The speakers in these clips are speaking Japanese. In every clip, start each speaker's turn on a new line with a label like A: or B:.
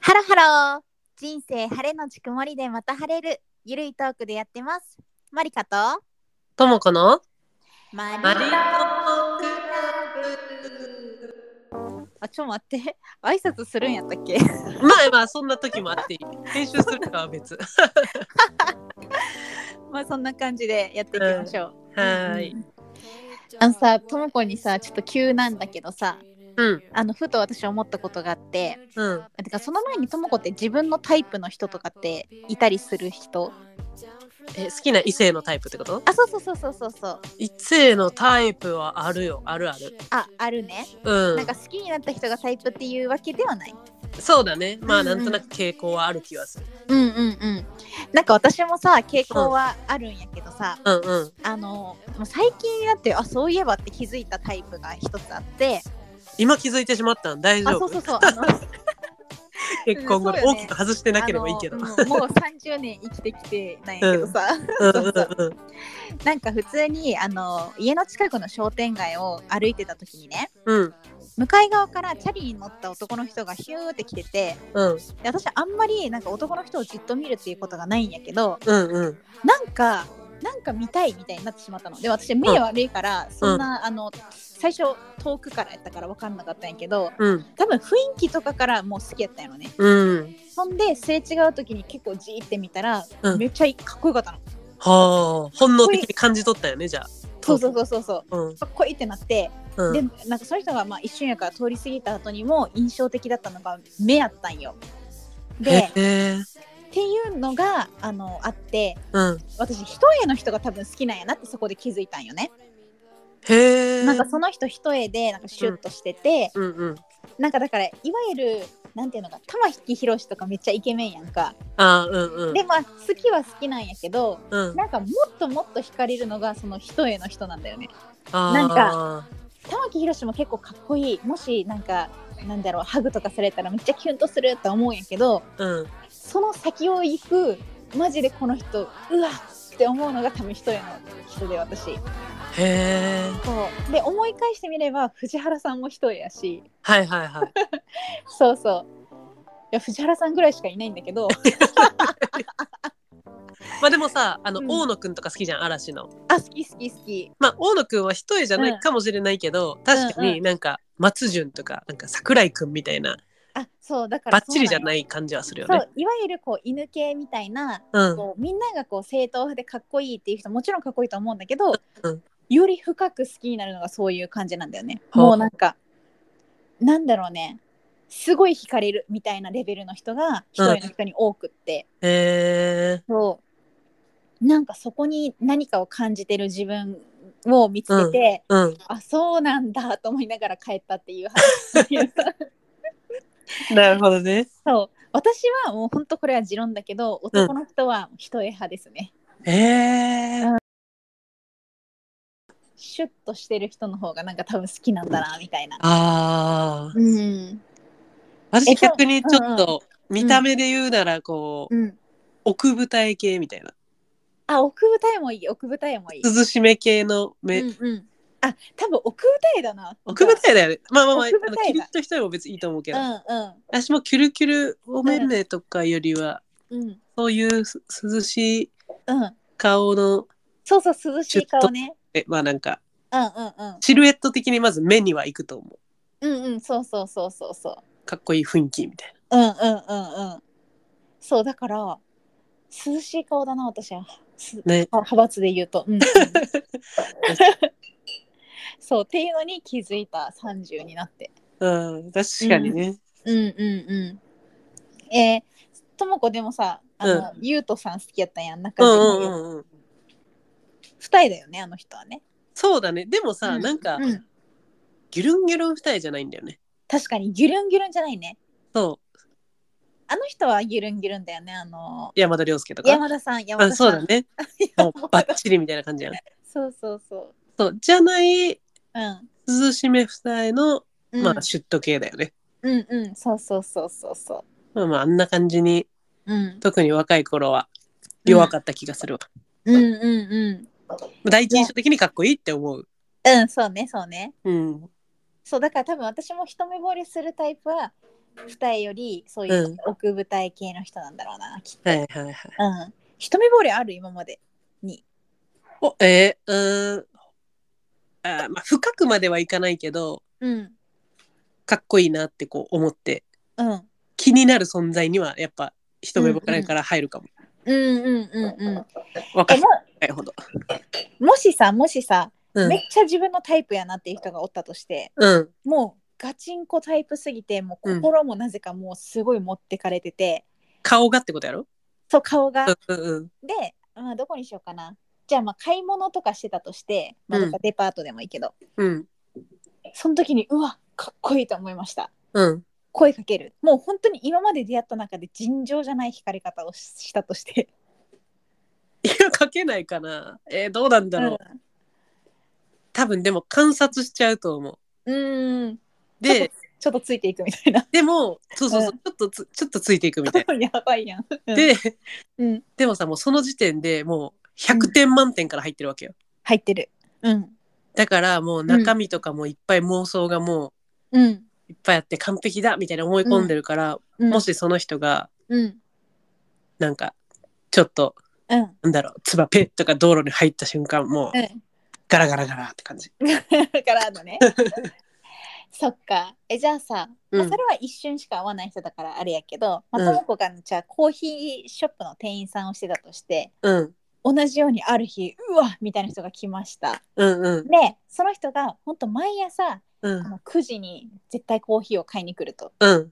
A: ハローハロー人生晴れのち曇りでまた晴れるゆるいトークでやってますマリカと
B: ともこの
A: マ
B: マリコ
A: あちょっと待って 挨拶するんやったっけ
B: まあまあそんな時もあっていい編集するかは別は
A: まあそんな感じでやっていきましょう、
B: ーい
A: あのさともこにさちょっと急なんだけどさ
B: うん
A: あのふと私思ったことがあって
B: うん
A: あてかその前にともこって自分のタイプの人とかっていたりする人
B: え好きな異性のタイプってこと
A: あそうそうそうそうそうそう
B: 異性のタイプはあるよあるある
A: ああるね
B: うん
A: なんか好きになった人がタイプっていうわけではない
B: そうだねまあ
A: うんう
B: なんんとなく傾向はある気はする
A: うんうんうんなんか私もさ傾向はあるんやけどさ、
B: うんうん
A: あのもう最近になってあそういえばって気づいたタイプが一つあって
B: 今気づいてしまったん大
A: あ
B: 丈
A: そうそ
B: 夫
A: うそうあ の
B: 結婚後
A: そうよね
B: 大きく外してなければいいけど
A: あ
B: う
A: の
B: ん
A: うんもう30年生きてきてなんやけどさ、
B: うんうん
A: なんか普通にあの家の近くの商店街を歩いてた時にね
B: うん
A: 向かい側からチャリに乗った男の人がヒューって来てて
B: うん
A: で私あんまりなんか男の人をじっと見るっていうことがないんやけど
B: うんうん
A: なんかなんか見たいみたいになってしまったので私目悪いから、そんなあの最初遠くからやったから分かんなかったんやけど
B: うん
A: 多分雰囲気とかからもう好きやったんやろね
B: うん
A: そんですれ違う時に結構じーって見たら、
B: うん
A: めっちゃかっこよかったの
B: はあ本能的に感じ取ったよねじゃあ
A: そうそうそうそうそう
B: うん
A: かっこいいってなって、
B: うん
A: でなんかその人がまあ一瞬やから通り過ぎた後にも印象的だったのが目やったんよで
B: へえ
A: っていうのがあのあって
B: うん
A: 私一重の人が多分好きなんやなってそこで気づいたんよね
B: へえ
A: なんかその人一重でなんかシュッとしてて、
B: うんうん
A: なんかだからいわゆるなんていうのか玉引きろしとかめっちゃイケメンやんか、
B: あーうんうん
A: でまあ好きは好きなんやけど
B: うん
A: なんかもっともっと惹かれるのがその一重の人なんだよね
B: あー
A: なんか玉木宏も結構かっこいいもしなんかなんだろうハグとかされたらめっちゃキュンとすると思うんやけど
B: うん
A: その先を行くマジでこの人うわっって思うのが多分一重の人で私そう
B: へえ
A: で思い返してみれば藤原さんも一重やし
B: はいはいはい
A: そうそう。いや藤原さんぐらいしかいないんだ けど、
B: まあでもさあの、
A: うん
B: 大野くんとか好きじゃん嵐の
A: あ好き好き好き。
B: まあ大野くんは一重じゃないかもしれないけど、確か
A: うんう
B: になんか松潤とかなんか桜井くんみたいな
A: あそうだから。
B: バッチリじゃないい感じはするよ
A: そ
B: ね
A: ういわゆるこう犬系みたいな、
B: うん
A: こうみんながこう正統派でかっこいいっていう人もちろんかっこいいと思うんだけど、
B: うん
A: より深く好きになるのがそういう感じなんだよね。
B: ほう
A: もうなんかなんだろうね。すごい惹かれるみたいなレベルの人が一人の人に多くって、
B: へえ
A: そうなんかそこに何かを感じてる自分を見つけて、
B: うん
A: あそうなんだと思いながら帰ったっていう話
B: なるほどね
A: そう私はもう本当これは持論だけど男の人は一重派ですね、
B: へえ
A: シュッとしてる人の方がなんか多分好きなんだなみたいな
B: あー
A: うんえ
B: 私
A: そう
B: 逆にちょっ
A: うん
B: と見た目で言うならこう、
A: うん
B: 奥舞台系みたいな
A: あ奥二重もいい奥二重もいい、
B: 涼しめ系の目、
A: うんうん、あ多分奥二重だな
B: 奥舞台だよねまあまあまああ
A: 奥舞台
B: の
A: だ
B: キリッと一重も別にいいと思うけど、
A: うん
B: 私もキュルキュルお目目とかよりは、
A: うんうん
B: そういうす涼しい
A: うん
B: 顔の
A: そうそう涼しい顔ね
B: えまあなんか
A: うんうんうん
B: シルエット的にまず目にはいくと思う
A: うんうんそうそうそうそうそう
B: かっこいい雰囲気みたい
A: うんうんうんうんそうだから涼しい顔だな私は、す
B: なね
A: あ派閥で言うと、 うんうんそうっていうのに気づいた30になって
B: うん確かにね、
A: うんうんうんえー、ともこでもさあの、ゆうとさん好きやったんやん中島
B: うん、うん
A: ゆ
B: う
A: うん
B: うん
A: 二重だよねあの人はね
B: そうだねでもさ、
A: うん
B: なんか、
A: うん
B: ギュルンギュルン二重じゃないんだよね
A: 確かにギュルンギュルンじゃないね
B: そう
A: あの人はギュルンギュルンだよねあの
B: 山田涼介とか
A: 山田さん山
B: あ
A: 田
B: そ
A: さ
B: うんだねも
A: 山
B: う
A: 田
B: バッチリみたいな感じやん
A: そうそうそう
B: そうじゃない
A: うん
B: 涼しめ二重の、
A: うん
B: まあシュッと系だよね、
A: うんうんそうそうそうそうそ
B: まあまああんな感じに
A: ううん
B: 特に若い頃は弱かった気がするわ、
A: うんうんうん
B: 第一印象的にかっこいいって思う。
A: うんそうねそうね
B: うん。
A: そうだから多分私も一目惚れするタイプは二重よりそういううん奥舞台系の人なんだろうなきっと、
B: はいはいはい。
A: うん、一目惚れある今までに
B: おえー、うーんあー、まあ、深くまではいかないけど
A: うん
B: かっこいいなってこう思って
A: うん
B: 気になる存在にはやっぱ一目ぼれから入るかも、
A: うんうんうんうん
B: 若
A: え
B: い
A: も
B: ないほど。
A: もしさもしさ、
B: う
A: めっ
B: ん、
A: ちゃ自分のタイプやなっていう人がおったとして
B: うん、
A: もうガチンコタイプすぎてもう心もなぜかもうすごい持ってかれてて、
B: 顔がってことやろ
A: そう顔が、
B: うんうんうん
A: で、まあ、どこにしようかなじゃあまあ買い物とかしてたとして、まあ、
B: うん
A: なんかデパートでもいいけど、
B: うん
A: その時にうわかっこいいと思いました
B: うん
A: 声かけるもう本当に今まで出会った中で尋常じゃない光り方をししたとして
B: いや書けないかなえーどうなんだろう、
A: うん
B: 多分でも観察しちゃうと思う
A: うーんちょっ
B: で
A: とちょっとついていくみ たいな
B: でもそうそうそう、
A: う
B: ちょっとつちょっとついていくみたい
A: やばいやん
B: な
A: うん
B: で
A: うん、
B: でもさもうその時点でもう100点満点から入ってるわけよ、
A: 入ってるうん
B: だからもう中身とかもいっぱい妄想がも
A: うん
B: ういっぱいあって完璧だみたいな思い込んでるから、
A: うん
B: もしその人が
A: うん
B: なんかちょっと
A: うん
B: なんだろうつばペッとか道路に入った瞬間もう
A: うん
B: ガラガラガラって感じ。
A: からのね そっかえじゃあさ、まあ
B: うん
A: それは一瞬しか会わない人だからあれやけどまあ
B: うん
A: ともこがじゃあコーヒーショップの店員さんをしてたとして
B: うん
A: 同じようにある日うわみたいな人が来ました
B: うんうん
A: でその人がほんと毎朝
B: う
A: あ
B: ん
A: の9時に絶対コーヒーを買いに来ると
B: うん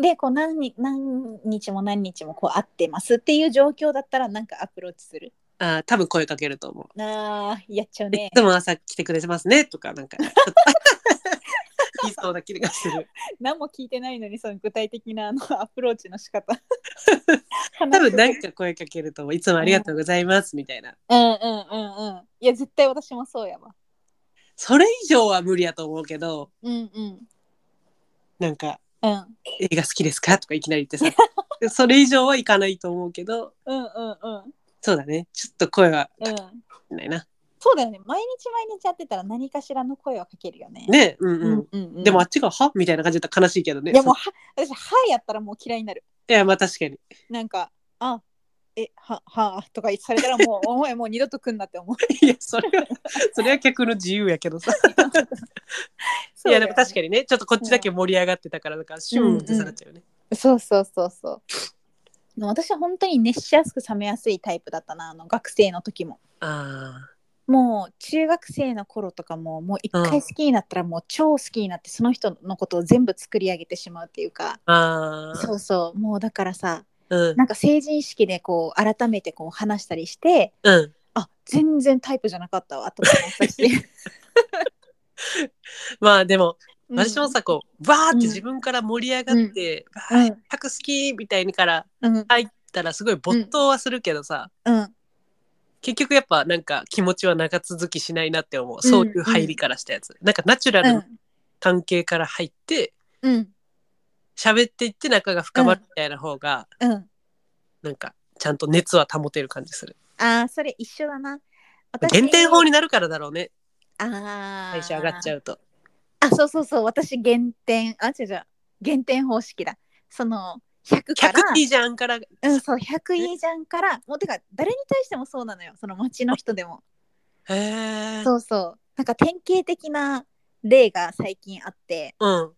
A: でこう何日何日も何日もこう会ってますっていう状況だったらなんかアプローチする
B: あー多分声かけると思う。
A: あーやっちゃう
B: でい
A: ね
B: つも朝来てくれてますねとかなんかちょっと 言いそうな気がする。
A: 何も聞いてないのにその具体的なあのア プローチの仕 方
B: 多分なんか声かけると思う。いつもありがとうございますみたいな。
A: うんうんうんうんいや絶対私もそうやわ
B: それ以上は無理やと思うけど
A: うんうん
B: なんか
A: うんうん
B: 映画好きですかとかいきなり言 ってさでそれ以上はいかないと思うけど
A: うんうん
B: そうだねちょっと声は
A: う
B: か
A: ん
B: けないな、
A: そうだよね毎日毎日やってたら何かしらの声をかけるよね
B: ねうん
A: う
B: うん、
A: んうんうん
B: でもあっちが「は?」みたいな感じだったら悲しいけどね
A: でも
B: そ
A: は私はやったらもう嫌いになる
B: いやまあ確かに
A: なんかあえははとかされたらもうお前もう二度と来んなって思う
B: いやそれは それは客の自由やけどさいやでも確かにねちょっとこっちだけ盛り上がってたからなんかシューンって下がっちゃうよね、
A: にそうそうそうそうでも私は本当に熱しやすく冷めやすいタイプだったなあの学生の時も
B: ああ
A: もう中学生の頃とかももう一
B: うん
A: 回好きになったらもう超好きになってその人のことを全部作り上げてしまうっていうか、
B: ああ
A: そうそうもうだからさ
B: うん
A: なんか成人式でこう改めてこう話したりして
B: うん
A: あ全然タイプじゃなかったわとか思ったし
B: まあでも
A: うん
B: 私もさこうバーって自分から盛り上がって「
A: う
B: わ
A: ん
B: ー客好き」みたいにから
A: うん
B: 入ったらすごい没頭はするけどさ、
A: うん
B: 結局やっぱなんか気持ちは長続きしないなって思う、そういう入りからしたやつなんかナチュラ
A: う
B: ルなん関係から入って
A: うん
B: 喋っていって仲が深まるみたいな方が、
A: うん
B: なんかちゃんと熱は保てる感じする
A: あーそれ一緒だな私
B: 減点法になるからだろうね
A: あ
B: 代謝上がっち
A: ゃう
B: ゃうと
A: あそうそうそう私減点あ違う違う減点方式だその100から
B: 100いいじゃんから
A: うん、そう100いいじゃんからもうてか誰に対してもそうなのよその町の人でも
B: へえ
A: そうそうなんか典型的な例が最近あって
B: うん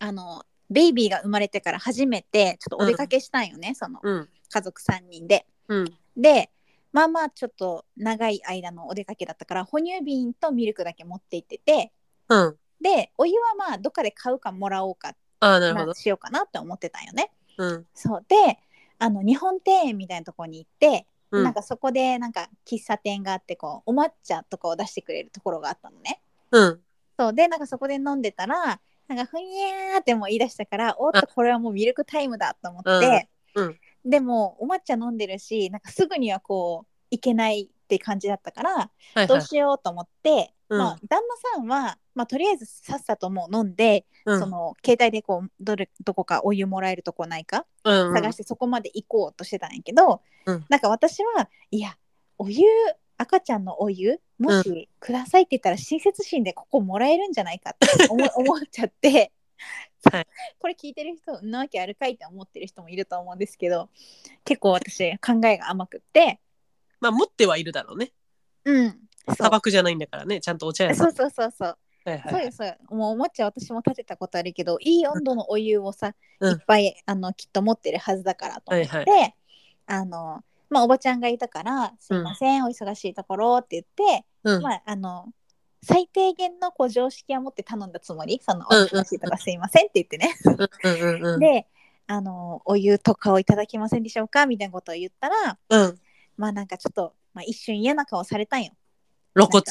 A: あのベイビーが生まれてから初めてちょっとお出かけしたんよね、その
B: うん
A: 家族3人で
B: うん
A: でまあまあちょっと長い間のお出かけだったから哺乳瓶とミルクだけ持って行ってて
B: うん
A: でお湯はまあどっかで買うかもらおうか、
B: ああなる
A: ま
B: ほど
A: あ、しようかなって思ってたんよね
B: うん
A: そうであの日本庭園みたいなとこに行って
B: うん
A: なんかそこでなんか喫茶店があってこうお抹茶とかを出してくれるところがあったのね。
B: うん
A: そうでなんかそこで飲んでたらなんかふにゃーってもう言い出したからおっとこれはもうミルクタイムだと思って、
B: うん
A: でもお抹茶飲んでるしなんかすぐにはこういけないって感じだったから
B: はい
A: ど
B: は
A: う
B: い
A: しようと思って、
B: うん
A: まあ、旦那さんは、まあ、とりあえずさっさともう飲んで、
B: うん
A: その携帯でこうどれどこかお湯もらえるとこないか
B: うんうん
A: 探してそこまで行こうとしてたんやけど、
B: うん
A: なんか私はいやお湯赤ちゃんのお湯もし くださいって言ったら親切心でここもらえるんじゃないかって思思っちゃって
B: はい
A: これ聞いてる人んなわけあるかいって思ってる人もいると思うんですけど結構私考えが甘くって
B: まあ持ってはいるだろうね
A: うん
B: 砂漠じゃないんだからねちゃんとお茶屋さん
A: そうそうそうそう
B: はいはい
A: そうよそうよもうおもちゃ私も立てたことあるけどいい温度のお湯をさ、
B: うん
A: いっぱいあのきっと持ってるはずだからと思って、
B: はい
A: あのまあおばちゃんがいたから「すいません、お忙しいところ」って言って、
B: うん
A: まああの最低限のこう常識は持って頼んだつもりその「お
B: うんうん
A: 忙しいとかすいません」って言ってね、
B: うんうんうん
A: であの「お湯とかをいただけませんでしょうか?」みたいなことを言ったら
B: うん
A: まあなんかちょっと、まあ、一瞬嫌な顔されたんよ
B: 露骨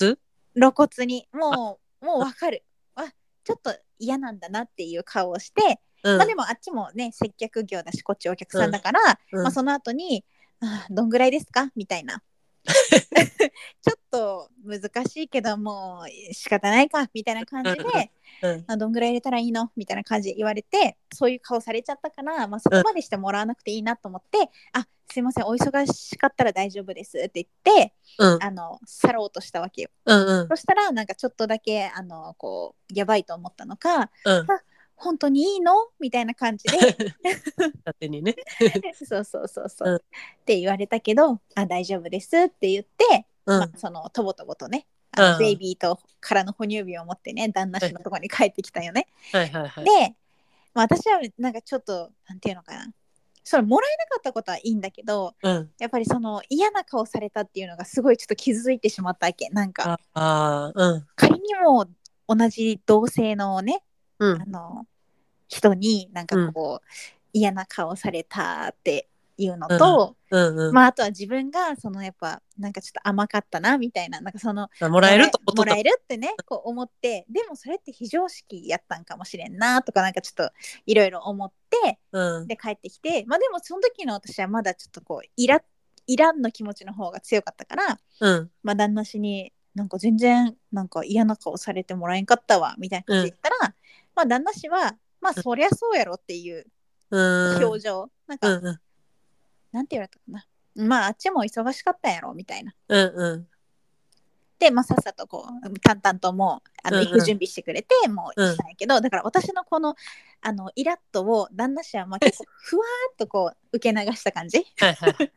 A: 露骨にもうもうわかるあちょっと嫌なんだなっていう顔をして、
B: うん
A: まあでもあっちもね接客業だしこっちお客さんだから、
B: うん
A: まあ、その後に「あーどんぐらいですか?」みたい なちょっと難しいけどもう仕方ないかみたいな感じで
B: うんうん
A: 「あどんぐらい入れたらいいの?」みたいな感じで言われてそういう顔されちゃったから、まあ、そこまでしてもらわなくていいなと思って「あすいませんお忙しかったら大丈夫です」って言って
B: うん
A: あの去ろうとしたわけよ。
B: うんうん
A: そしたらなんかちょっとだけあのこうやばいと思ったのか
B: うん
A: 「本当にいいの?」みたいな感じで
B: 勝手にね
A: そうそうそうそう、
B: うん
A: って言われたけど「あ大丈夫です」って言って、
B: うん
A: まあ、そのとぼとぼとねあの
B: うん
A: ベイビーとからの哺乳瓶を持ってね旦那氏のとこに帰ってきたよね。
B: はいはいはい
A: で、まあ、私はなんかちょっとなんていうのかなそれもらえなかったことはいいんだけど
B: うん
A: やっぱりその嫌な顔されたっていうのがすごいちょっと傷ついてしまったわけなんか
B: ああーうん
A: 仮にも同じ同性のね
B: うん
A: あの人になんかこう、嫌な顔されたっていうのと、
B: うんうん
A: まあ、あとは自分がそのやっぱなんかちょっと甘かったなみたいななんかその
B: あもらえると
A: もらえるってねこう思ってでもそれって非常識やったんかもしれんなとかなんかちょっといろいろ思って
B: うん
A: で帰ってきてまあでもその時の私はまだちょっとこうイライランの気持ちの方が強かったから、
B: うん
A: まあ、旦那氏になんか全然なんか嫌な顔されてもらえんかったわみたいな感じで言ったら、まあ旦那氏はまあそりゃそうやろっていう
B: うん
A: 表情、なん
B: う
A: か、
B: んうん
A: なんて言われたかなまああっちも忙しかったやろみたいな
B: うんうん
A: で、まあ、さっさとこう淡々ともうあの
B: うんうん
A: 行く準備してくれて、もう行ったんやけど、だから私のこのあのイラッとを旦那氏はまあ結構ふわーっとこう受け流した感じ
B: はいはいはい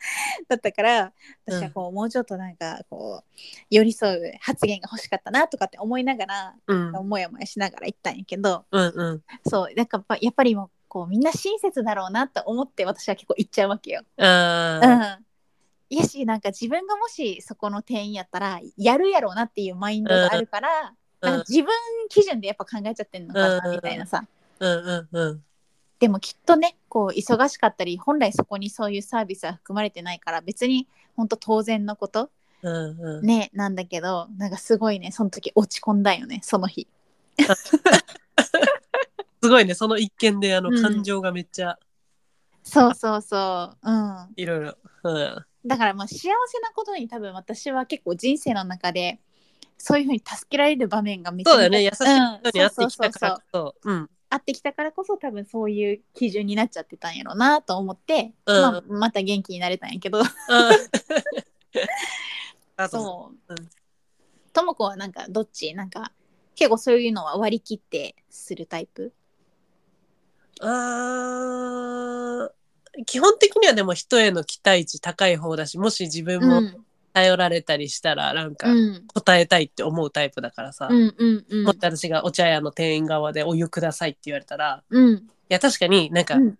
A: だったから私はこう、もうちょっとなんかこう寄り添う発言が欲しかったなとかって思いながら、
B: うん
A: もやもやしながら行ったんやけど
B: うんうん
A: そうなんかやっぱやっぱりもうこうみんな親切だろうなと思って私は結構行っちゃうわけよ。
B: あー
A: うん、やしなんか自分がもしそこの店員やったらやるやろうなっていうマインドがあるから、
B: うん
A: なんか自分基準でやっぱ考えちゃってんのかなみたいなさ、
B: うんうんうん
A: でもきっとねこう忙しかったり本来そこにそういうサービスは含まれてないから別にほんと当然のこと
B: うんうん
A: ねなんだけどなんかすごいねその時落ち込んだよねその日
B: すごいねその一件であの
A: うん
B: 感情がめっちゃ
A: そうそうそううん
B: いろいろうん
A: だからまあ幸せなことに多分私は結構人生の中でそういうふうに助けられる場面がめちゃ
B: そうだ
A: めちゃ
B: よね優しい人に会ってきた
A: う
B: か
A: んそうそうそうそう
B: らこそうん
A: 会ってきたからこそ多分そういう基準になっちゃってたんやろうなと思って、
B: うん
A: まあ、また元気になれたんやけど
B: あ あと
A: そう
B: うん
A: とも子はなんかどっちなんか結構そういうのは割り切ってするタイプ
B: あー基本的にはでも人への期待値高い方だしもし自分も頼られたりしたらなんか
A: うん
B: 答えたいって思うタイプだからさ、
A: うんうんうん
B: もし私がお茶屋の店員側で「お湯ください」って言われたら
A: うん
B: いや確かになんか、
A: うん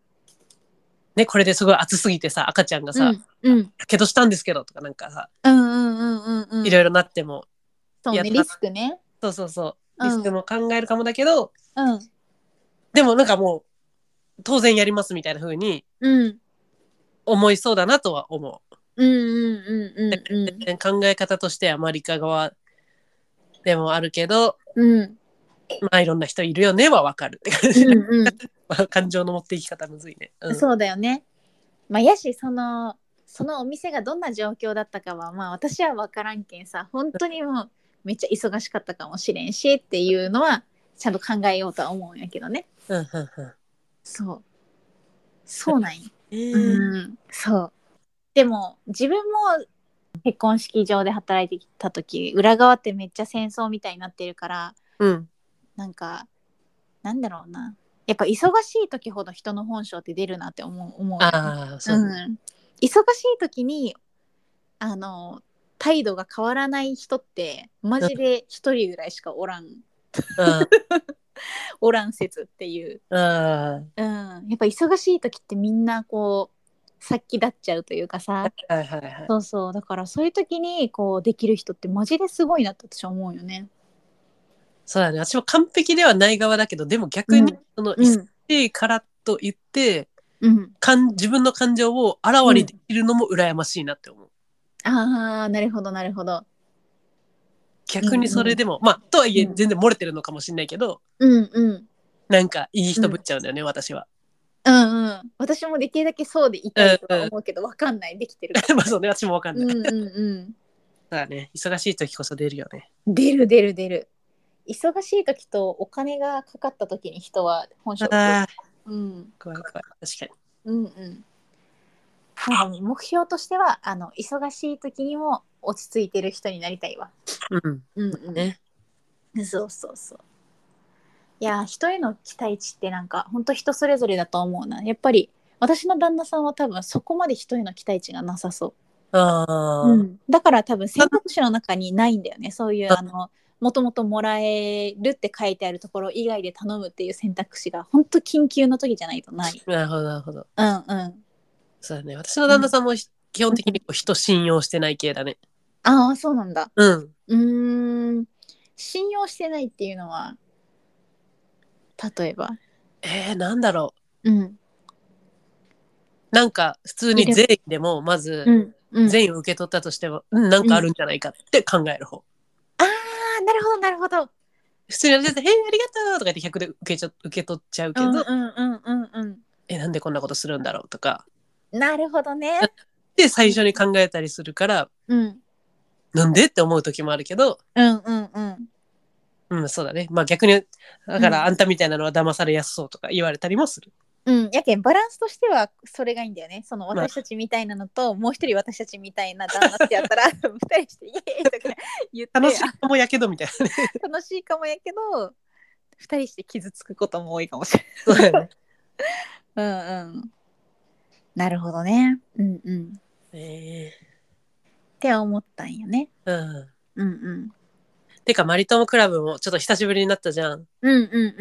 B: ねこれですごい熱すぎてさ赤ちゃんがさ「
A: うんうん
B: やけどしたんですけど」とかなんかさ
A: うんうんうんうんうん
B: いろいろなっても、
A: そうね
B: やった
A: リスクね
B: そうそうそう
A: うん
B: リスクも考えるかもだけど、
A: うん
B: でもなんかもう当然やりますみたいな風に
A: うん
B: 思いそうだなとは思う。
A: うんうんうんうんうん
B: 考え方としてはマリカ側でもあるけど、
A: うん
B: まあいろんな人いるよねはわかるって感じ。
A: うんうん
B: 感情の持っていき方むずいね。うん、
A: そうだよね。まあ、やしそのそのお店がどんな状況だったかはまあ私は分からんけんさ本当にもうめっちゃ忙しかったかもしれんしっていうのはちゃんと考えようとは思うんやけどね。
B: うんうんうん
A: そうそうなんや。
B: えー
A: うん、そうでも自分も結婚式場で働いてきた時裏側ってめっちゃ戦争みたいになってるから
B: うん
A: なんかなんだろうなやっぱ忙しい時ほど人の本性って出るなって思う思うよね
B: ああ、そうう。
A: ん、忙しい時にあの態度が変わらない人ってマジで一人ぐらいしかおらん、
B: あ
A: おらん説っていう、
B: ああ
A: うん、やっぱ忙しい時ってみんなこう殺気立っちゃうというか
B: あ、
A: さ
B: はいはいはい。
A: そうそうだからそういう時にこうできる人ってマジですごいなって私は思うよね。
B: そうだね。私も完璧ではない側だけど、でも逆
A: う
B: に、その、
A: うん
B: いいからと言って、
A: うん、
B: かん自分の感情をあらわにできるのも羨ましいなって思う。
A: あーなるほどなるほど。
B: 逆にそれでも、まあ、とはいえ
A: うん
B: 全然漏れてるのかもしれないけど、
A: うんうん
B: なんかいい人ぶっちゃうんだよね、私は。
A: うんうん、私もできるだけそうでいたいとは思うけど、わかんないできてるから
B: まあそうね、私もわかんない。
A: うん
B: そう
A: うんうん
B: だね、忙しい時こそ出るよね。
A: 出る出る出る忙しい時とお金がかかった時に人は本性
B: ああ、
A: うん
B: 怖い怖い。確かに。
A: うんうんなんか目標としてはあの忙しい時にも落ち着いてる人になりたいわ
B: うん。
A: うんうん
B: ね
A: そうそうそういやー人への期待値ってなんか本当人それぞれだと思うなやっぱり私の旦那さんは多分そこまで人への期待値がなさそう
B: ああ、
A: うん、だから多分選択肢の中にないんだよねそういうあのもともともらえるって書いてあるところ以外で頼むっていう選択肢が本当緊急の時じゃないとない。
B: なるほど、なるほど。
A: うんうん、
B: そうだね。私の旦那さんもひ基本的にこう人信用してない系だね。
A: ああそうなんだ。
B: うん。
A: うーん信用してないっていうのは例えば。
B: えー、なんだろ
A: うん
B: う。なんか普通に善意でも、まず
A: うんうん、
B: 善意を受け取ったとしても、うん、なんかあるんじゃないかって考える方。
A: ああなるほどなるほど。
B: 普通に私たち、えー、ありがとうとか言って100で受けちゃ受け取っちゃうけ
A: う
B: ど、
A: んうんうんうんうん。
B: えなんでこんなことするんだろうとか
A: なるほどね。
B: で最初に考えたりするから
A: うん
B: なんでって思う時もあるけど
A: うんうんうん。
B: うんそうだねまあ逆にだか
A: うん
B: らあんたみたいなのは騙されやすそうとか言われたりもする、
A: うん、やけんバランスとしてはそれがいいんだよね。その
B: まあ
A: 私たちみたいなのと、もう一人私たちみたいな旦那ってやった ら二人して「イエーイ!」とか言って
B: 楽し
A: あ
B: いかもやけどみたいなね
A: 楽しいかもやけど二人して傷つくことも多いかもしれ
B: そうだよね
A: ない。うんうん、なるほどね。うんうん、っ
B: え
A: て思ったんよね。
B: ーうん
A: うんうん、
B: てかマリトモクラブもちょっと久しぶりになったじゃん
A: うんうん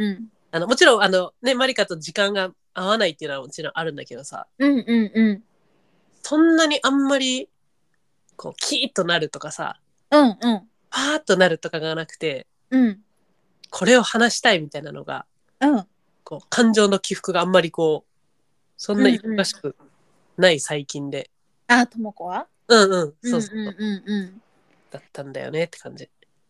A: うん
B: あのもちろんあのねマリカと時間が合わないっていうのはもちろんあるんだけどさ
A: うんうんうん
B: そんなにあんまりこうキーッとなるとかさ
A: うんうん
B: パーッとなるとかがなくて
A: うん
B: これを話したいみたいなのが
A: うん
B: こう感情の起伏があんまりこうそんな忙しくない最近で、
A: あともこは
B: うん、うんそうそう、
A: んうんうんうん、
B: だったんだよねって感じ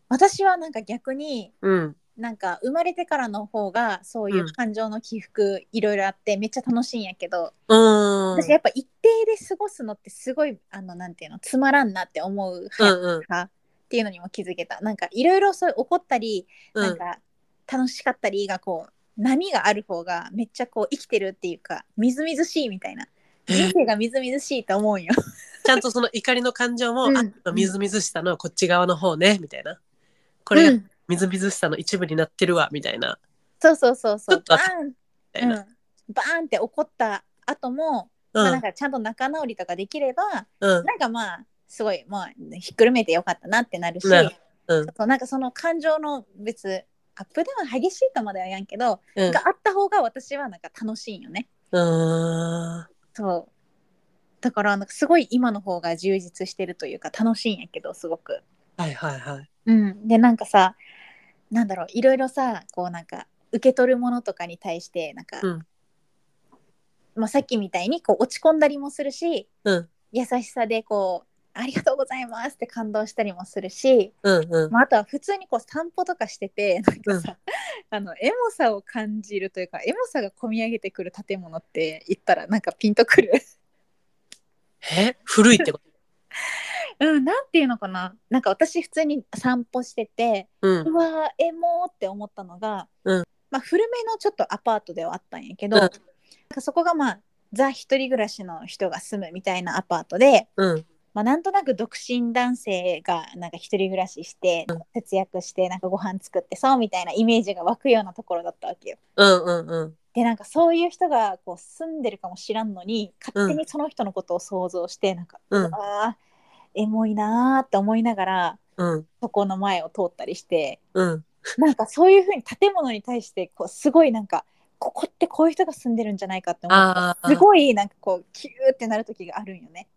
A: 私はなんか逆に
B: うん
A: なんか生まれてからの方がそういううん感情の起伏いろいろあってめっちゃ楽しいんやけど、
B: うーん
A: 私やっぱ一定で過ごすのってすごいあのなんていうのつまらんなって思う
B: う
A: 派
B: んうん
A: かっていうのにも気づけたなんかいろいろそう怒ったり、
B: う
A: なん
B: ん
A: か楽しかったりがこう波がある方がめっちゃこう生きてるっていうかみずみずしいみたいな人生がみずみずしいと思うんよ。
B: ちゃんとその怒りの感情も、
A: うん
B: あのみずみずしさのこっち側の方ねみたいなこれ
A: う
B: が
A: ん
B: みずみずしさの一部になってるわみたいな
A: そうそうそうそ
B: ちょ
A: う
B: っと
A: バーン、
B: みたいな、
A: うん、バーンって怒った後も、
B: うん
A: まあ
B: う
A: なん
B: ん
A: かちゃんと仲直りとかできれば、
B: うん
A: なんかまあすごいまあひっくるめてよかったなってなるし、
B: なるうん
A: そうなんかその感情の別アップダウン激しいとまではやんけど、
B: うん
A: があった方が私はなんか楽しいんよね。
B: うん
A: そうだからなんかすごい今の方が充実してるというか楽しいんやけどすごく。
B: はいはいはい
A: うん、でなんかさなんだろういろいろさこうなんか受け取るものとかに対してなんか、
B: うん
A: まあ、さっきみたいにこう落ち込んだりもするし、
B: うん
A: 優しさでこう「ありがとうございます」って感動したりもするし、
B: うんうん
A: まあ、あとは普通にこう散歩とかしててなんかさ、あのエモさを感じるというかエモさが込み上げてくる建物って言ったらなんかピンとく る
B: え古いってこと
A: うんなんていうのかななんか私普通に散歩してて
B: うん
A: うわーエモーって思ったのが、
B: うん
A: まあ、古めのちょっとアパートではあったんやけど、
B: うん
A: なんかそこがまあザ一人暮らしの人が住むみたいなアパートで、
B: うん
A: まあ、なんとなく独身男性がなんか一人暮らしして、節約してなんかご飯作ってそうみたいなイメージが湧くようなところだったわけよ。
B: うんうんうん
A: でなんかそういう人がこう住んでるかもしらんのに勝手にその人のことを想像して、なんか
B: うん
A: あーエモいなーって思いながら
B: うん
A: そこの前を通ったりして
B: うん
A: なんかそういうふうに建物に対してこうすごいなんかここってこういう人が住んでるんじゃないかって思う
B: ああ
A: すごいなんかこうキューってなる時があるんよね。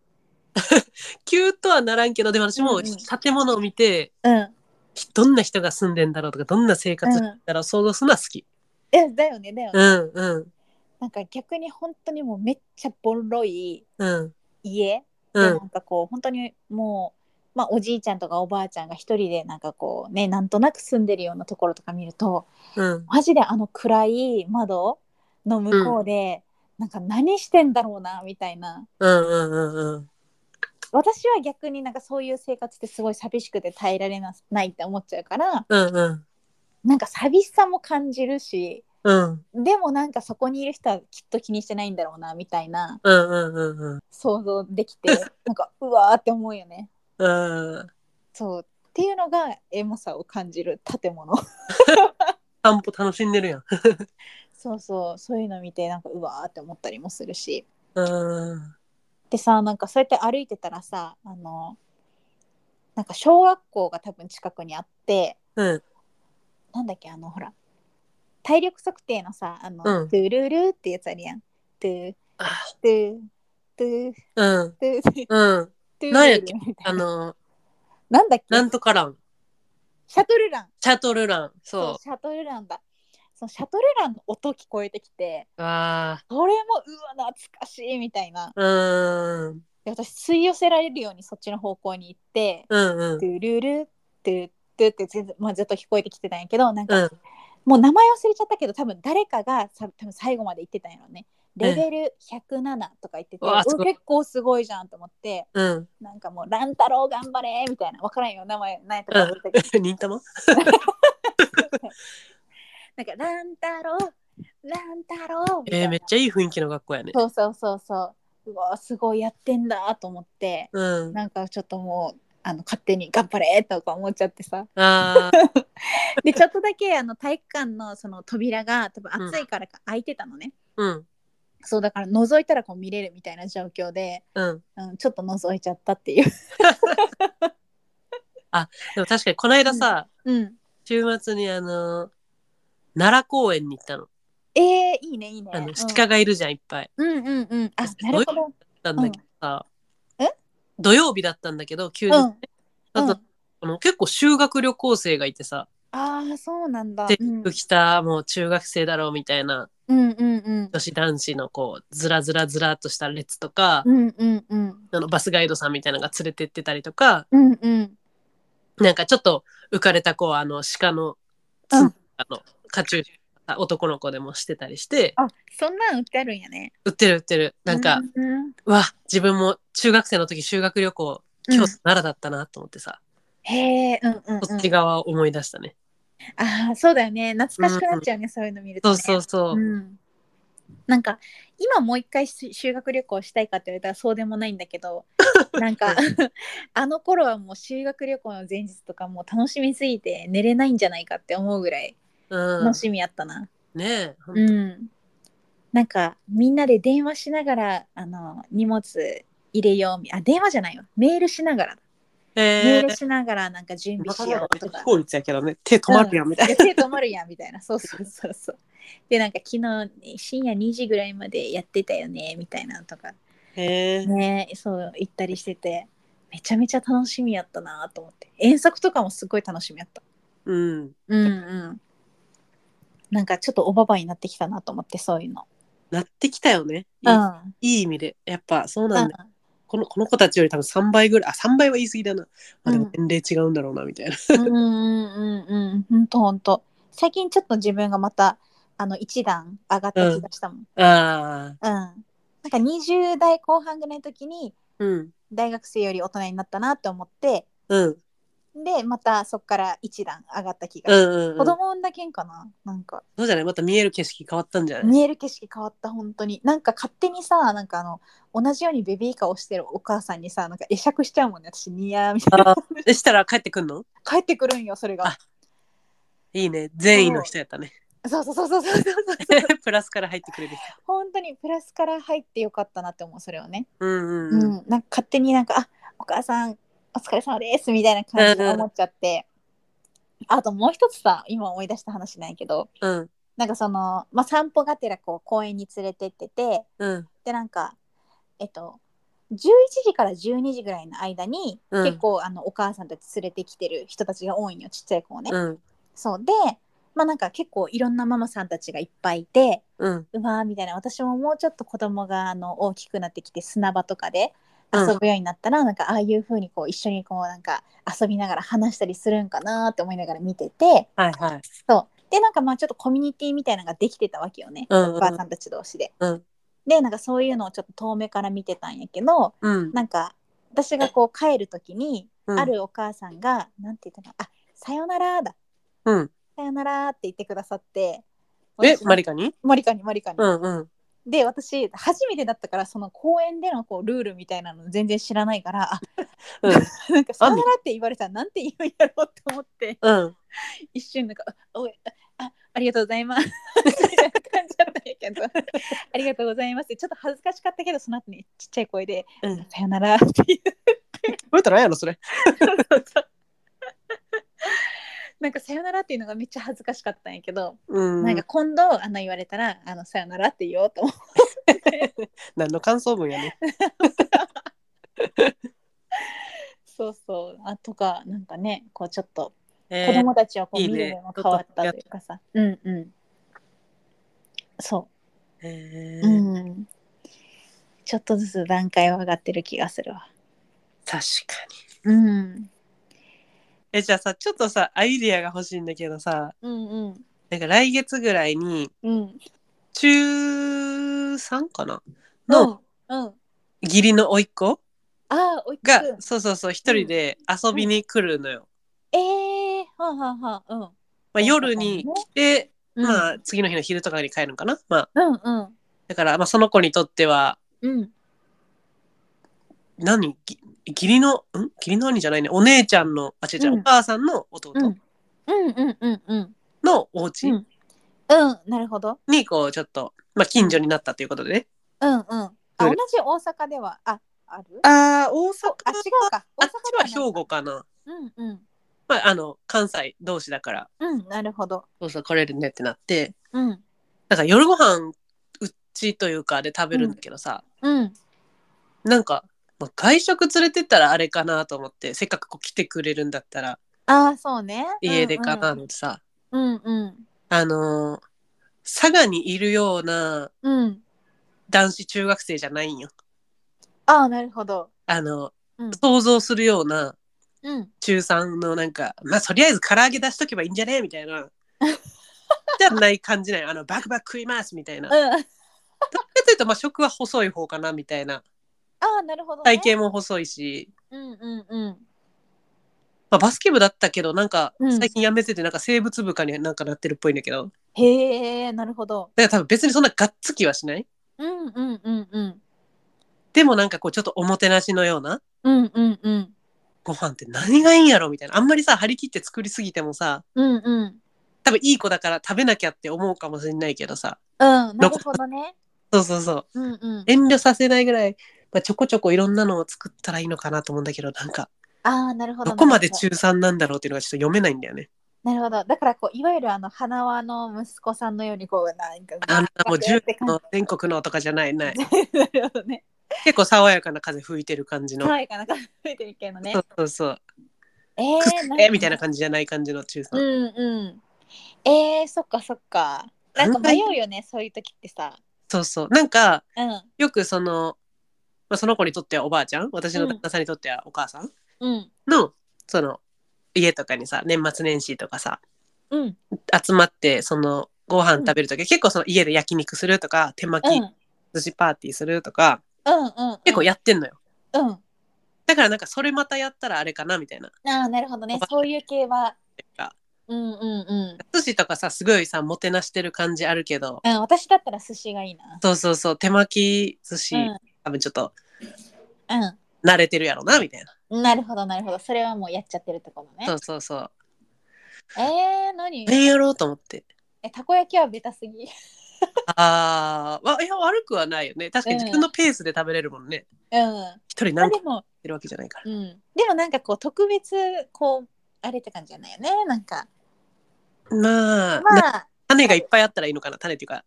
B: キューとはならんけどでも私
A: うん
B: も
A: うん
B: 建物を見て、
A: うん、
B: どんな人が住んでんだろうとかどんな生活してんだろう想像するのは好き。
A: えだよねだよね、
B: うんうん
A: なんか逆に本当にもうめっちゃボロい
B: うん
A: 家
B: う
A: でなんんかこう本当にもう、まあ、おじいちゃんとかおばあちゃんが一人でなんかこうねなんとなく住んでるようなところとか見ると
B: うん
A: マジであの暗い窓の向こうで、なんか何してんだろうなみたいな
B: うんうんうんうん
A: 私は逆になんかそういう生活ってすごい寂しくて耐えられなないって思っちゃうから
B: うんうん
A: なんか寂しさも感じるし
B: うん
A: でもなんかそこにいる人はきっと気にしてないんだろうなみたいな
B: うんうんうん
A: 想像できてなんかうわーって思うよね。
B: うん
A: そうっていうのがエモさを感じる建物
B: 散歩楽しんでるやん。
A: そうそうそういうの見てなんかうわーって思ったりもするし
B: うん
A: でさなんかそうやって歩いてたらさあのなんか小学校が多分近くにあって
B: うん
A: なんだっけあのほら体力測定のさあの、
B: うん
A: トゥルルってやつあるやんトゥ
B: あ
A: トゥトゥ
B: うん
A: トゥトゥ
B: うん
A: トゥ
B: なんやっ
A: ル
B: け
A: ルみた
B: あ
A: いな
B: の
A: なんだっけ
B: なんとかラン
A: シャトルラン
B: シャトルラン
A: そう
B: そ
A: シャトルランだそのシャトルランの音聞こえてきて
B: う。あ
A: それもうわ懐かしいみたいな
B: あうん
A: で私吸い寄せられるようにそっちの方向に行って
B: うん
A: 「
B: うん
A: トゥルルトゥトゥ」って全然、まあ、ずっと聞こえてきてたんやけどなんか、
B: うん
A: もう名前忘れちゃったけど多分誰かがさ多分最後まで言ってたんやろね。レベル107とか言ってて、
B: うわ
A: お
B: すごい
A: 結構すごいじゃんと思って
B: うん
A: なんかもう「乱太郎頑張れ」みたいな分からんよ名前何やったか忘れたけど
B: 忍たま
A: なんか「乱太郎乱太郎」みたい
B: え
A: な、
B: ー、めっちゃいい雰囲気の学校やね。
A: そうそうそうそううわすごいやってんだと思って
B: うん。
A: なんかちょっともうあの勝手に頑張れとか思っちゃってさ
B: あ
A: でちょっとだけあの体育館のその扉が多分暑いからか開いてたのね、
B: ーうん
A: そうだから覗いたらこう見れるみたいな状況で、
B: うん。
A: うん、ちょっと覗いちゃったっていう、
B: でも確かにこの間さ、
A: うん、
B: 週末にあの奈良公園に行ったの。
A: えー、いいねいいね
B: あの
A: う
B: 鹿がいるじゃん、いっぱい。
A: ん、うんうんうんあ
B: すご
A: ないるほど
B: なんだけどさ、
A: うんえ
B: 土曜日だったんだけど休日、
A: うん
B: あ
A: う
B: と
A: ん
B: あの結構修学旅行生がいてさ
A: ああそうなんだ
B: 制
A: うん、う
B: 服着たもう中学生だろうみたいな、
A: んうんうん
B: 女子男子のこうずらずらずらっとした列とか、
A: うんうんうん
B: あのバスガイドさんみたいなのが連れてってたりとか
A: うんうん
B: なんかちょっと浮かれた子はあの鹿のつ、
A: うん
B: あのカチューシャ男の子でもしてたりして
A: あそんなん売ってあるんやね
B: 売ってる売ってるなんか、
A: うんうん
B: うわ自分も中学生の時修学旅行
A: うん
B: 京都奈良だったなと思ってさ、
A: へえうんうん、うん、
B: そっち側を思い出したね。
A: ああそうだよね懐かしくなっちゃうね、そういうの見ると、
B: そ
A: ね、
B: うそうそう。
A: うん、なんか今もう一回し修学旅行したいかって言われたらそうでもないんだけ どなんか あの頃はもう修学旅行の前日とかもう楽しみすぎて寝れないんじゃないかって思うぐらい
B: うん、
A: 楽しみやったな。
B: ねえ、ほん
A: うんなんかみんなで電話しながらあの荷物入れようみあ電話じゃないわメールしながら、メ
B: え
A: ールしながらなんか準備しようとか。
B: 効率やけどね、手止まるやんみたい
A: いや手止まるやんみたいなそうそうそうそうでなんか昨日深夜2時ぐらいまでやってたよねみたいなのとか
B: な。へえ。
A: ねそう行ったりしててめちゃめちゃ楽しみやったなと思って遠足とかもすごい楽しみやった
B: うん。
A: うんうんなんかちょっとおばばになってきたなと思ってそういうの
B: なってきたよね。いい,、
A: うん
B: いい意味で。やっぱそう
A: う
B: な
A: ん
B: んだ、この。この子たちより多分3倍ぐらい。あ、3倍は言い過ぎだな。まあ、で
A: う
B: も
A: ん
B: 年齢違うんだろうな、みたいな。
A: うんうんうんうんほんとほんと最近ちょっと自分がまたあの一段上がった気がしたもん、うん、
B: ああ。
A: なんか20代後半ぐらいの時に
B: うん。
A: 大学生より大人になったなって思って
B: うん。
A: でまたそこから一段上がった気
B: う
A: が、
B: んうん、う
A: 子
B: ん。
A: 供産んだけんかななんか
B: そうじゃないまた見える景色変わったんじゃ ない
A: 見える景色変わった本当になんか勝手にさなんかあの同じようにベビーカーをしてるお母さんにさなんか会釈しちゃうもんね私ニヤーみたいな
B: あでしたら帰ってくんの
A: 帰ってくるんよそれが
B: あいいね。善意の人やったね。
A: そうそうそうそうそうそうそう
B: プラスから入ってくれる人。
A: 本当にプラスから入ってよかったなって思うそれをね、
B: うん
A: う
B: うんんうん。
A: なんか勝手になんかあお母さんお疲れ様ですみたいな感じで思っちゃって、あともう一つさ今思い出した話ないけど
B: うん
A: なんかその、まあ、散歩がてらこう公園に連れてってて
B: うん
A: でなんかえっと11時から12時ぐらいの間に、
B: うん
A: 結構あのお母さんたち連れてきてる人たちが多いのよちっちゃい子をね。
B: うん
A: そうでまあなんか結構いろんなママさんたちがいっぱいいて
B: うん
A: うわーみたいな私ももうちょっと子供があの大きくなってきて砂場とかで遊ぶようになったら、なんかああいう風にこう一緒にこうなんか遊びながら話したりするんかなーって思いながら見てて
B: はいはい。
A: そうでなんかまあちょっとコミュニティみたいなのができてたわけよね、
B: うんうん
A: お母さんたち同士で。
B: うん
A: でなんかそういうのをちょっと遠目から見てたんやけど
B: うん
A: なんか私がこう帰る時に、
B: うん
A: あるお母さんがなんて言ったのあさよならだ
B: うん。
A: さよならって言ってくださって
B: え
A: 私
B: マリカに？
A: マリカにマリカに、
B: うんうん
A: で私初めてだったからその公園でのこうルールみたいなの全然知らないからあ
B: うん
A: なんか「さよなら」って言われたらなんて言うんやろうと思って
B: うん。
A: 一瞬なんか「おいあありがとうございます」みたいな感じだったんやけど「ありがとうございます」ちょっと恥ずかしかったけどその後にちっちゃい声で
B: うん
A: 「さよなら」っていう
B: 覚えたらんやろそれ。
A: なんか「さよなら」っていうのがめっちゃ恥ずかしかったんやけど、
B: うん。
A: なんか今度あの言われたら「あのさよなら」って言おうと思って
B: 何の感想文やね。
A: そうそうあとかなんかねこうちょっと
B: え
A: 子
B: ー
A: 供たちをこう
B: いい
A: 見
B: ね
A: る目も変わったというかさ、うんうんそ
B: え
A: う、
B: ー
A: うんちょっとずつ段階は上がってる気がするわ
B: 確かに。
A: うん
B: えじゃあさちょっとさアイディアが欲しいんだけどさ
A: うんうん
B: なんか来月ぐらいに
A: うん
B: 中3かなの
A: うんうん
B: 義理の甥っ子
A: ああおいく
B: が、
A: ん
B: そうそうそう一人で遊びに来るのよ。
A: ええはあ、はあはあ、うん
B: まあ、夜に来て、
A: うん
B: まあ次の日の昼とかに帰るんかな。まあ
A: うんうん
B: だから、まあ、その子にとっては
A: うん
B: 何ぎ義理のん義理の兄じゃないねお姉ちゃんのあ違う違う、
A: うん
B: お母さんの弟
A: うんうんうんうんうん
B: のお家
A: うんうんなるほど
B: にこうちょっと、まあ、近所になったということでね。
A: うんうんあ
B: う
A: 同
B: ん
A: じ大阪ではあある
B: ああ大阪
A: あ違うか
B: あ
A: 大
B: っ
A: 阪
B: ちは兵庫
A: か
B: かな。
A: うんうん
B: まあ、あの関西同士だから
A: うん、なるほど。
B: そうそう来れるねってなって
A: うん。
B: なんか夜ご飯うちというかで食べるんだけどさ、
A: うん。
B: なんか、まあ、外食連れてったらあれかなと思ってせっかくこう来てくれるんだったら
A: ああ、そうね。
B: 家でかなのでさ、
A: うんうん。
B: あのー佐賀にいるような
A: うんうん。
B: 男子中学生じゃないんよ。
A: ああ、なるほど。
B: あの
A: うん。
B: 想像するような
A: うん。
B: 中3のなんかまあとりあえず唐揚げ出しとけばいいんじゃねみたい なじゃない感じなんよあのバクバク食いますみた いな。どっ
A: うん。あ
B: ちかというとまあ食は細い方かなみたいな
A: あ、なるほど、ね。
B: 体型も細いし、
A: うんうんうん。
B: まあ、バスケ部だったけどなんか
A: うん
B: 最近やめててなんか生物部かになんかなってるっぽいんだけどだか
A: へえ、なるほど。
B: ら多分別にそんながっつきはしない
A: うんうんうんうん。
B: でもなんかこうちょっとおもてなしのような
A: うんうんうん。
B: ご飯って何がいいんやろみたいなあんまりさ張り切って作りすぎてもさ
A: うんうん。
B: 多分いい子だから食べなきゃって思うかもしれないけどさ
A: うん、なるほどね。
B: そうそうそう
A: うんうん。
B: 遠慮させないぐらい、まあ、ちょこちょこいろんなのを作ったらいいのかなと思うんだけどなんか
A: ああ、なるほど。
B: どこまで
A: なるほ
B: 中3なんだろうっていうのがちょっと読めないんだよね。
A: どなるほど。だから、こう、いわゆるあの、花輪の息子さんのように、こう、なんか、
B: あんなもう
A: ガーっ
B: 10
A: て感じ
B: の全国のとかじゃないな い
A: なるほどね。
B: 結構爽やかな風吹いてる感じの、
A: 爽やかな感じでてるけどね
B: そ。うそうそう
A: え
B: くす
A: ー、
B: えみたい
A: 感じ
B: な感じじゃない感じの中3、
A: うんうん。えー、そっかそっか。なんか迷うよね、そういう時ってさ。
B: そうそうなんか
A: うん
B: よくその、まあ、その子にとってはおばあちゃん私の旦那さんにとってはお母さん
A: うん
B: の、その家とかにさ年末年始とかさ
A: うん
B: 集まってそのご飯食べる時、結構その家で焼肉するとか手
A: う
B: 巻
A: んう
B: き
A: ん
B: 寿司パーティーするとか、
A: うん。
B: 結構やってんのよ
A: うん。あ
B: だからなんかそれまたやったらあれかなみたいな
A: あなるほどね、そういう系は。
B: か
A: うんうんうん。
B: 寿司とかさすごいさもてなしてる感じあるけど
A: うん、私だったら寿司がいいな。
B: そうそうそう手巻き寿司、
A: うん
B: 多分ちょっと
A: う
B: 慣れてるやろなみたいな、
A: ん。なるほどなるほど。それはもうやっちゃってるところね
B: そ。うそうそう
A: えー、何
B: ええやろうと思って
A: えたこ焼きはベタすぎ
B: ああ、わいや、悪くはないよね。確かに
A: うん
B: 自分のペースで食べれるもんね。
A: うん
B: 一人
A: まあ
B: 何個
A: で
B: も
A: も、
B: いるわけじゃないから。
A: うん、でもなんかこう特別こうあれって感じじゃないよねなんか
B: まあ、
A: ま
B: な
A: あ
B: 種がいっぱいあったらいいのかな。種っていうか、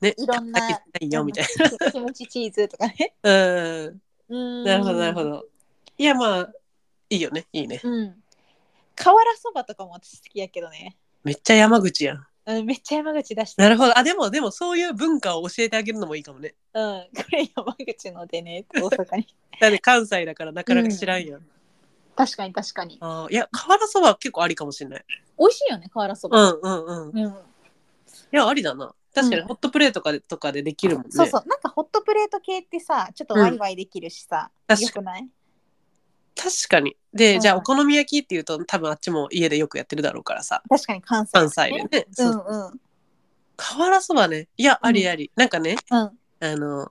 B: ね、
A: いろんな
B: たこ焼きないよみたい
A: うんキムチチーズとか ね
B: な。うん。
A: うん
B: なるほど、なるほど。いや、まあ、いいよね。いいね。
A: うん瓦そばとかも私好きやけどね、
B: めっちゃ山口やん。
A: うん、めっちゃ山口出して
B: なるほど。あ、でも、でも、そういう文化を教えてあげるのもいいかもね。
A: うん、これ山口のでね大阪に
B: だって関西だからなかなか知らんやん。
A: 確かに確かに
B: あーいや、瓦そば結構ありかもしれない。
A: 美味しいよね瓦そうば、
B: んうんうん。い
A: うん
B: や、ありだな。確かに
A: うん
B: ホットプレートとかでとかでできるもんね。
A: そうそうなんかホットプレート系ってさちょっとワイワイできるしさ、
B: うん
A: よくない
B: 確かに。で、
A: うん
B: じゃあお好み焼きっていうと多分あっちも家でよくやってるだろうからさ。
A: 確かに関西だね、
B: 関西でね。
A: う
B: そ
A: ん
B: う。
A: うん
B: 瓦そばね。いや、
A: うん
B: ありあり。なんかね、
A: うん
B: あの、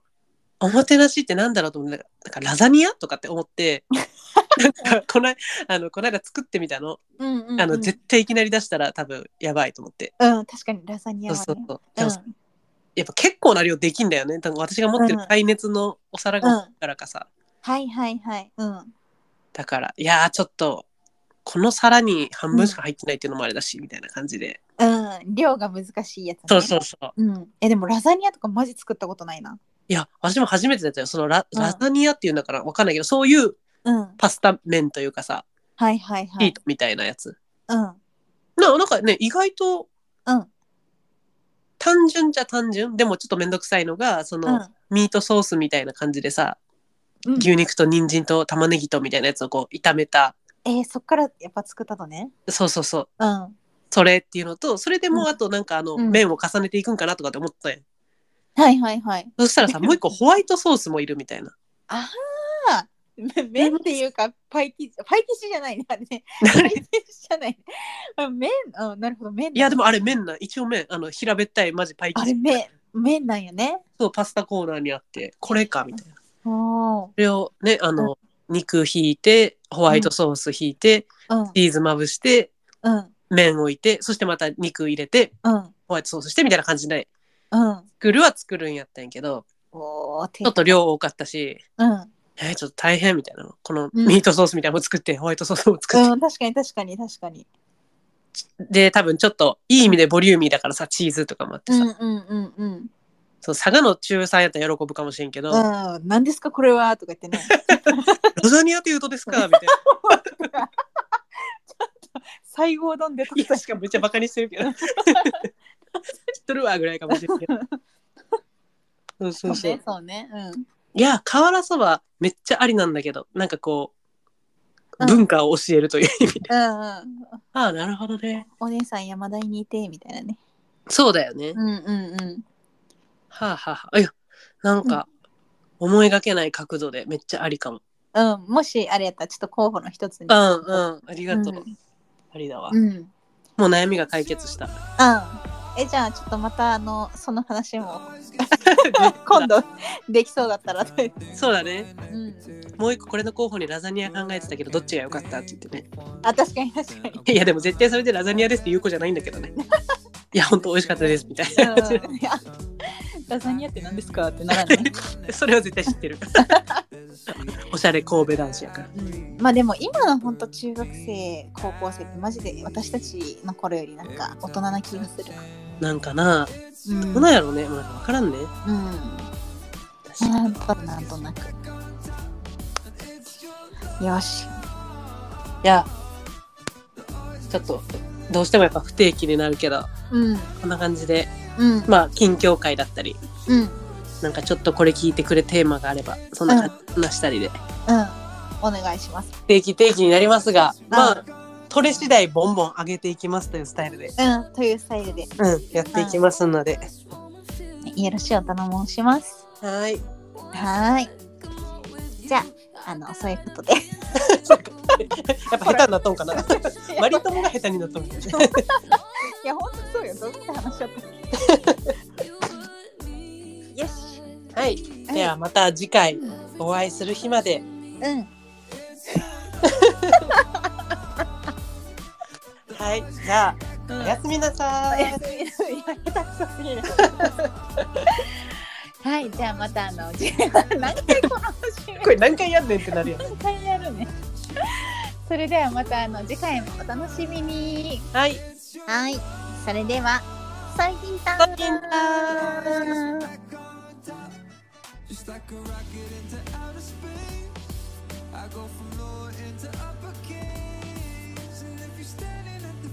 B: おもてなしってなんだろうと思って、なんかラザニアとかって思 って、なんかこないあのこの間作ってみたの。
A: うんうんうん
B: あの、絶対いきなり出したら多分やばいと思って。
A: うん確かにラザニア
B: そ
A: は
B: う
A: ね
B: そうそう。
A: う
B: でもやっぱ結構な量できんだよね。多分私が持ってる
A: うん
B: 耐熱のお皿が
A: うん
B: 大きいからかさ。
A: はいはいはい。うん。
B: だから、いやーちょっと、この皿に半分しか入ってないっていうのもあれだし、みたいな感じで。
A: うん。量が難しいやつ、ね。
B: そうそうそう。
A: う。ん。え、でもラザニアとかマジ作ったことないな。
B: いや、私も初めてだったよ。そのラ
A: うん
B: ラザニアっていうのかな、わかんないけど、そういう
A: うん。
B: パスタ麺というかさ、
A: はいはいは
B: ヒー
A: い。
B: トみたいなやつ。
A: うん。
B: ななんかね、意外と
A: うん。
B: 単純じゃ単純、でもちょっとめんどくさいのが、その、
A: う
B: ミートソースみたいな感じでさ、
A: ん。
B: 牛肉と人参と玉ねぎとみたいなやつをこう炒めた、
A: えーそっからやっぱ作ったのね。
B: そうそうそう、
A: うん。
B: それっていうのと、それで
A: う
B: もう
A: ん
B: あとなんかあの、
A: うん
B: 麺を重ねていくんかなとかって思ったやん。
A: はいはいはい。
B: そしたらさ、もう一個ホワイトソースもいるみたいな。
A: ああ。 め麺っていうかパイ生地パイ生地じゃないねあれね。パイ生地じゃないね。あ麺うんなるほど麺だね。
B: いや、でもあれ麺な、一応麺、あの、平べったいマジパイ
A: あれ
B: 生地。
A: 麺麺なんよね。
B: そう、パスタコーナーにあって、これかみたいな。
A: おー
B: それをねあの、肉ひいてホワイトソースひいて、
A: うん
B: チーズまぶして
A: うん
B: 麺置いてそしてまた肉入れて
A: うん
B: ホワイトソースしてみたいな感じで
A: うん。
B: 作るは作るんやったんやけど
A: おお。ち
B: ちょっと量多かったし、
A: うん。
B: えーちょっと大変みたいなのこの
A: うん
B: ミートソースみたいなのも作ってホワイトソースも作って、
A: うん、確かに確かに確かに。
B: で多分ちょっといい意味でボリューミーだからさチーズとかもあって
A: う
B: さ、
A: んうんうんうん。
B: そう佐賀の中3やったら喜ぶかもしれんけど、ラ
A: うん、何ですかこれはとか言ってね。
B: ザニアって言うとですかみたいな
A: 西郷丼でと
B: いやしかもめっちゃバカにしてるけ ど知っとるわぐらいかもしれん けどそうそう
A: そ
B: そうう
A: ね。そうね。うん。
B: いや瓦そばめっちゃありなんだけどなんかこ
A: う
B: うん文化を教えるという意味で、
A: うんうん。
B: ああなるほどね
A: お姉さん山田にいてみたいなね。
B: そうだよね、
A: うんうんうん。
B: はあはあはあいやなんか思いがけない角度でめっちゃありかも
A: うん、もしあれやったらちょっと候補の一つに。
B: うんうんありがとう、
A: うん
B: ありだわ、
A: うん。うん。
B: もう悩みが解決した
A: え、じゃあちょっとまたあの、その話も今度できそうだったら。
B: そうだね
A: うん。
B: もう一個これの候補にラザニア考えてたけどどっちが良かったって言ってね
A: あ、確かに確かに。
B: いやでも絶対それでラザニアですって言う子じゃないんだけど ね。いや本当美味しかったですみたいな。
A: うんいやラザニアって何ですかってならない。
B: それは絶対知って る。おしゃれ神戸男子やから。
A: うんまあでも今の本当中学生高校生ってマジで私たちの頃よりなんか大人な気がする。
B: なんかな、
A: うん
B: どうなんやろうね。もうなんか分からんね。
A: うん。なんとなんとなく。よし。
B: いや、ちょっとどうしてもやっぱ不定期になるけど、
A: うん。
B: こんな感じで、
A: うん。
B: まあ近況会だったり、
A: うん。うん。
B: なんかちょっとこれ聞いてくれテーマがあれば、そんな感じで話したりで、
A: お願いします。
B: 不定期定期になりますが、ま
A: う
B: あ、取れ次第ボンボン上げていきますというスタイルで、
A: うん。というスタイルで、
B: うん、やっていきますの
A: よ
B: で。
A: ろしいお頼もうします。
B: はい。
A: はーい。じゃあ、あの、そういうことで。
B: やっぱ下手になったんかな。マリトモが下手になったもんね。
A: いや、本当そうよ。どうして話しちゃった よし。
B: はい。ではまた次回お会いする日まで。
A: うん。
B: はい。じゃあ、おやすみなさ
A: お
B: い
A: や。すみなさい。いや下手くそす ぎるはいじゃあまたあのじ何回この締め
B: これ何回やんねんってなるやん。
A: 何回やるねそれではまたあの次回もお楽しみに
B: はい。
A: はいそれではサイヒンタ
B: サイヒンタ
C: Just like a rocket into outer space. I go from lower end to upper case. And if you're standing at the